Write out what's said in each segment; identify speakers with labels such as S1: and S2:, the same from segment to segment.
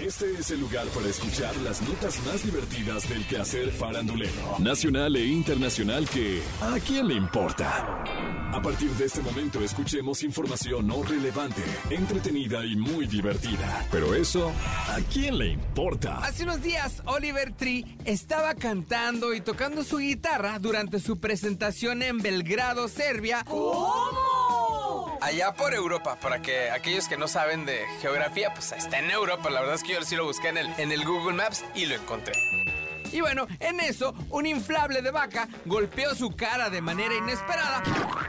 S1: Este es el lugar para escuchar las notas más divertidas del quehacer farandulero, nacional e internacional que ¿a quién le importa? A partir de este momento escuchemos información no relevante, entretenida y muy divertida. Pero eso, ¿a quién le importa?
S2: Hace unos días, Oliver Tree estaba cantando y tocando su guitarra durante su presentación en Belgrado, Serbia.
S3: Allá por Europa, para que aquellos que no saben de geografía, pues está en Europa. La verdad es que yo sí lo busqué en el, en el Google Maps y lo encontré.
S2: Y bueno, en eso, un inflable de vaca golpeó su cara de manera inesperada.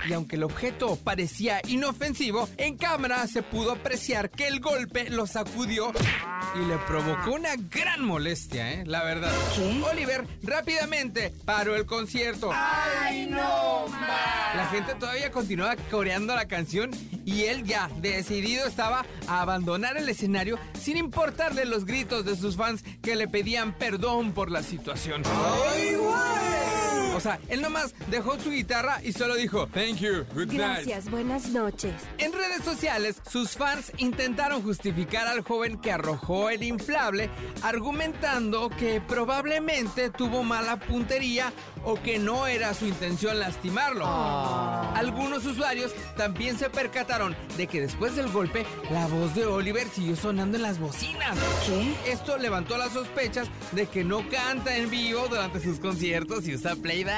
S2: Y aunque el objeto parecía inofensivo, en cámara se pudo apreciar que el golpe lo sacudió y le provocó una gran molestia, ¿eh? La verdad.
S4: ¿Qué?
S2: Oliver rápidamente paró el concierto.
S3: ¡Ay, no,
S2: La gente todavía continuaba coreando la canción y él ya decidido estaba a abandonar el escenario sin importarle los gritos de sus fans que le pedían perdón por la situación. O sea, él nomás dejó su guitarra y solo dijo, thank you, good night.
S4: Gracias, buenas noches.
S2: En redes sociales, sus fans intentaron justificar al joven que arrojó el inflable, argumentando que probablemente tuvo mala puntería o que no era su intención lastimarlo. Algunos usuarios también se percataron de que después del golpe, la voz de Oliver siguió sonando en las bocinas.
S4: ¿Qué?
S2: Esto levantó las sospechas de que no canta en vivo durante sus conciertos y usa playback.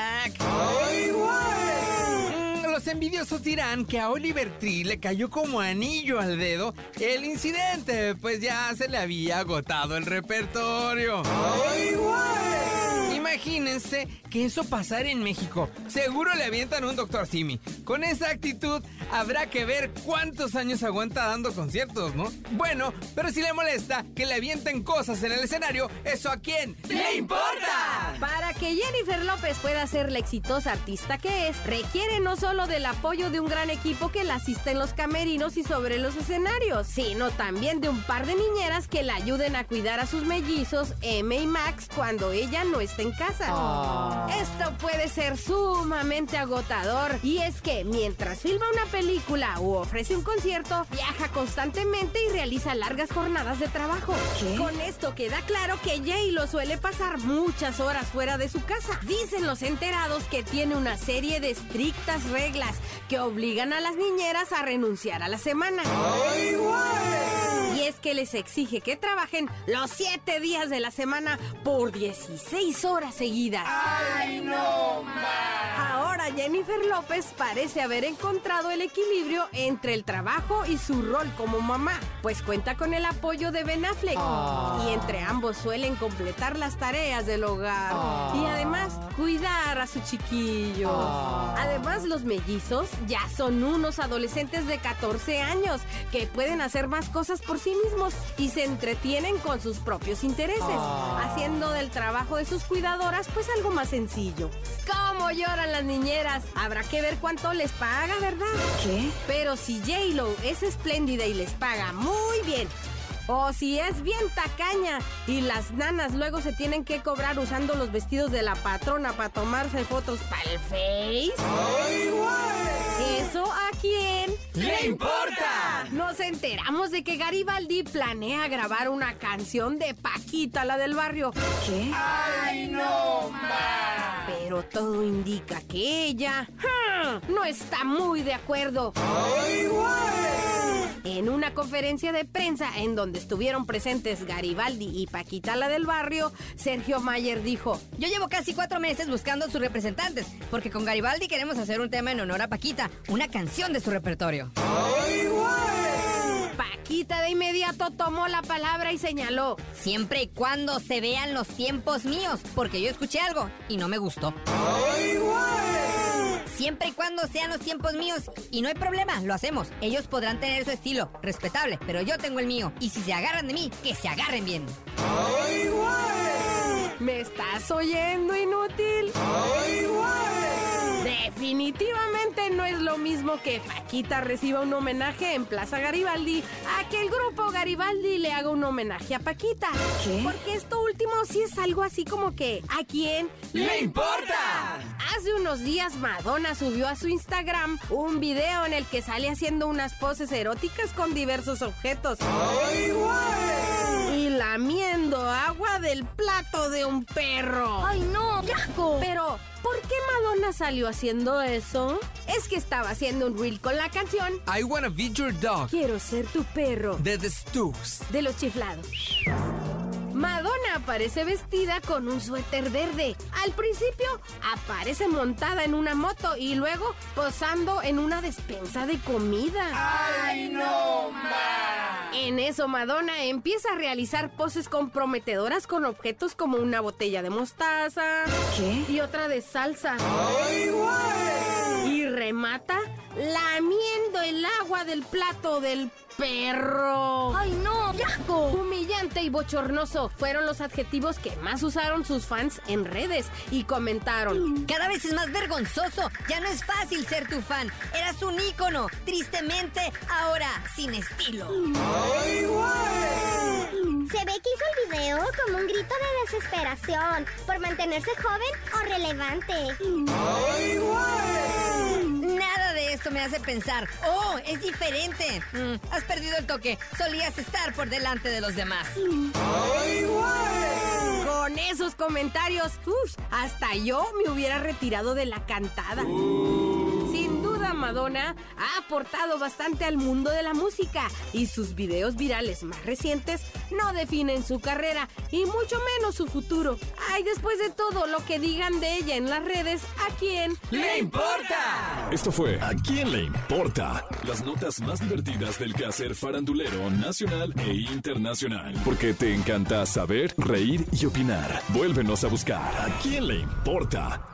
S2: Mm, Los envidiosos dirán que a Oliver Tree le cayó como anillo al dedo el incidente, pues ya se le había agotado el repertorio. Imagínense que eso pasara en México. Seguro le avientan un Dr. Simi. Con esa actitud habrá que ver cuántos años aguanta dando conciertos, ¿no? Bueno, pero si le molesta que le avienten cosas en el escenario, ¿eso a quién le importa?
S4: Para que Jennifer López pueda ser la exitosa artista que es, requiere no solo del apoyo de un gran equipo que la asista en los camerinos y sobre los escenarios, sino también de un par de niñeras que la ayuden a cuidar a sus mellizos M y Max cuando ella no está en casa. Esto puede ser sumamente agotador y es que mientras filma una película u ofrece un concierto, viaja constantemente y realiza largas jornadas de trabajo. Con esto queda claro que Jay lo suele pasar muchas horas fuera de su casa. Dicen los enterados que tiene una serie de estrictas reglas que obligan a las niñeras a renunciar a la semana. Y es que les exige que trabajen los 7 días de la semana por 16 horas seguidas. Ahora Jennifer López parece haber encontrado el equilibrio entre el trabajo y su rol como mamá, pues cuenta con el apoyo de Ben Affleck y entre ambos suelen completar las tareas del hogar y además cuidar a su chiquillo. Además los mellizos ya son unos adolescentes de 14 años que pueden hacer más cosas por sí mismos y se entretienen con sus propios intereses, haciendo del trabajo de sus cuidadoras pues algo más sencillo. ¿Cómo lloran las niñeras? Habrá que ver cuánto les paga, ¿verdad?
S5: ¿Qué?
S4: Pero si J-Lo es espléndida y les paga muy bien. O si es bien tacaña y las nanas luego se tienen que cobrar usando los vestidos de la patrona para tomarse fotos para el Face. ¿Eso a quién?
S2: ¡Le importa!
S4: Nos enteramos de que Garibaldi planea grabar una canción de Paquita, la del barrio.
S5: ¿Qué?
S4: Pero todo indica que ella ¡ja! no está muy de acuerdo. En una conferencia de prensa en donde estuvieron presentes Garibaldi y Paquita la del barrio, Sergio Mayer dijo,
S6: Yo llevo casi cuatro meses buscando sus representantes, porque con Garibaldi queremos hacer un tema en honor a Paquita, una canción de su repertorio.
S4: Paquita de inmediato tomó la palabra y señaló,
S6: Siempre y cuando se vean los tiempos míos, porque yo escuché algo y no me gustó. Siempre y cuando sean los tiempos míos, y no hay problema, lo hacemos. Ellos podrán tener su estilo, respetable, pero yo tengo el mío. Y si se agarran de mí, que se agarren bien.
S4: ¿me estás oyendo inútil? Definitivamente no es lo mismo que Paquita reciba un homenaje en Plaza Garibaldi a que el grupo Garibaldi le haga un homenaje a Paquita.
S5: ¿Qué?
S4: Porque esto último sí es algo así como que ¿a quién
S2: ¡Le importa!
S4: Hace unos días Madonna subió a su Instagram un video en el que sale haciendo unas poses eróticas con diversos objetos. Y la del plato de un perro.
S5: ¡Ay, no! ¡Qué asco!
S4: Pero, ¿por qué Madonna salió haciendo eso? Es que estaba haciendo un reel con la canción
S2: I Wanna Be Your Dog
S4: Quiero ser tu perro
S2: de The Stooges.
S4: de los chiflados. Madonna aparece vestida con un suéter verde. Al principio aparece montada en una moto y luego posando en una despensa de comida. ¡Ay, no, En eso Madonna empieza a realizar poses comprometedoras con objetos como una botella de mostaza y otra de salsa. Y remata lamiendo el agua del plato del perro.
S5: ¡Ay, no! ¡Qué asco!
S4: Humillante y bochornoso fueron los adjetivos que más usaron sus fans en redes y comentaron.
S6: Cada vez es más vergonzoso. Ya no es fácil ser tu fan. Eras un ícono. Tristemente, ahora sin estilo.
S5: Se ve que hizo el video como un grito de desesperación por mantenerse joven o relevante.
S6: Nada de esto me hace pensar. Oh, es diferente. Mm, has perdido el toque. Solías estar por delante de los demás.
S4: Con esos comentarios, uf, hasta yo me hubiera retirado de la cantada. Sin duda, Madonna ha aportado bastante al mundo de la música y sus videos virales más recientes no definen su carrera y mucho menos su futuro. Ay, después de todo lo que digan de ella en las redes, ¿a quién
S2: ¡Le importa!
S1: Esto fue ¿A quién le importa? Las notas más divertidas del quehacer farandulero nacional e internacional. Porque te encanta saber, reír y opinar. Vuélvenos a buscar ¿A quién le importa?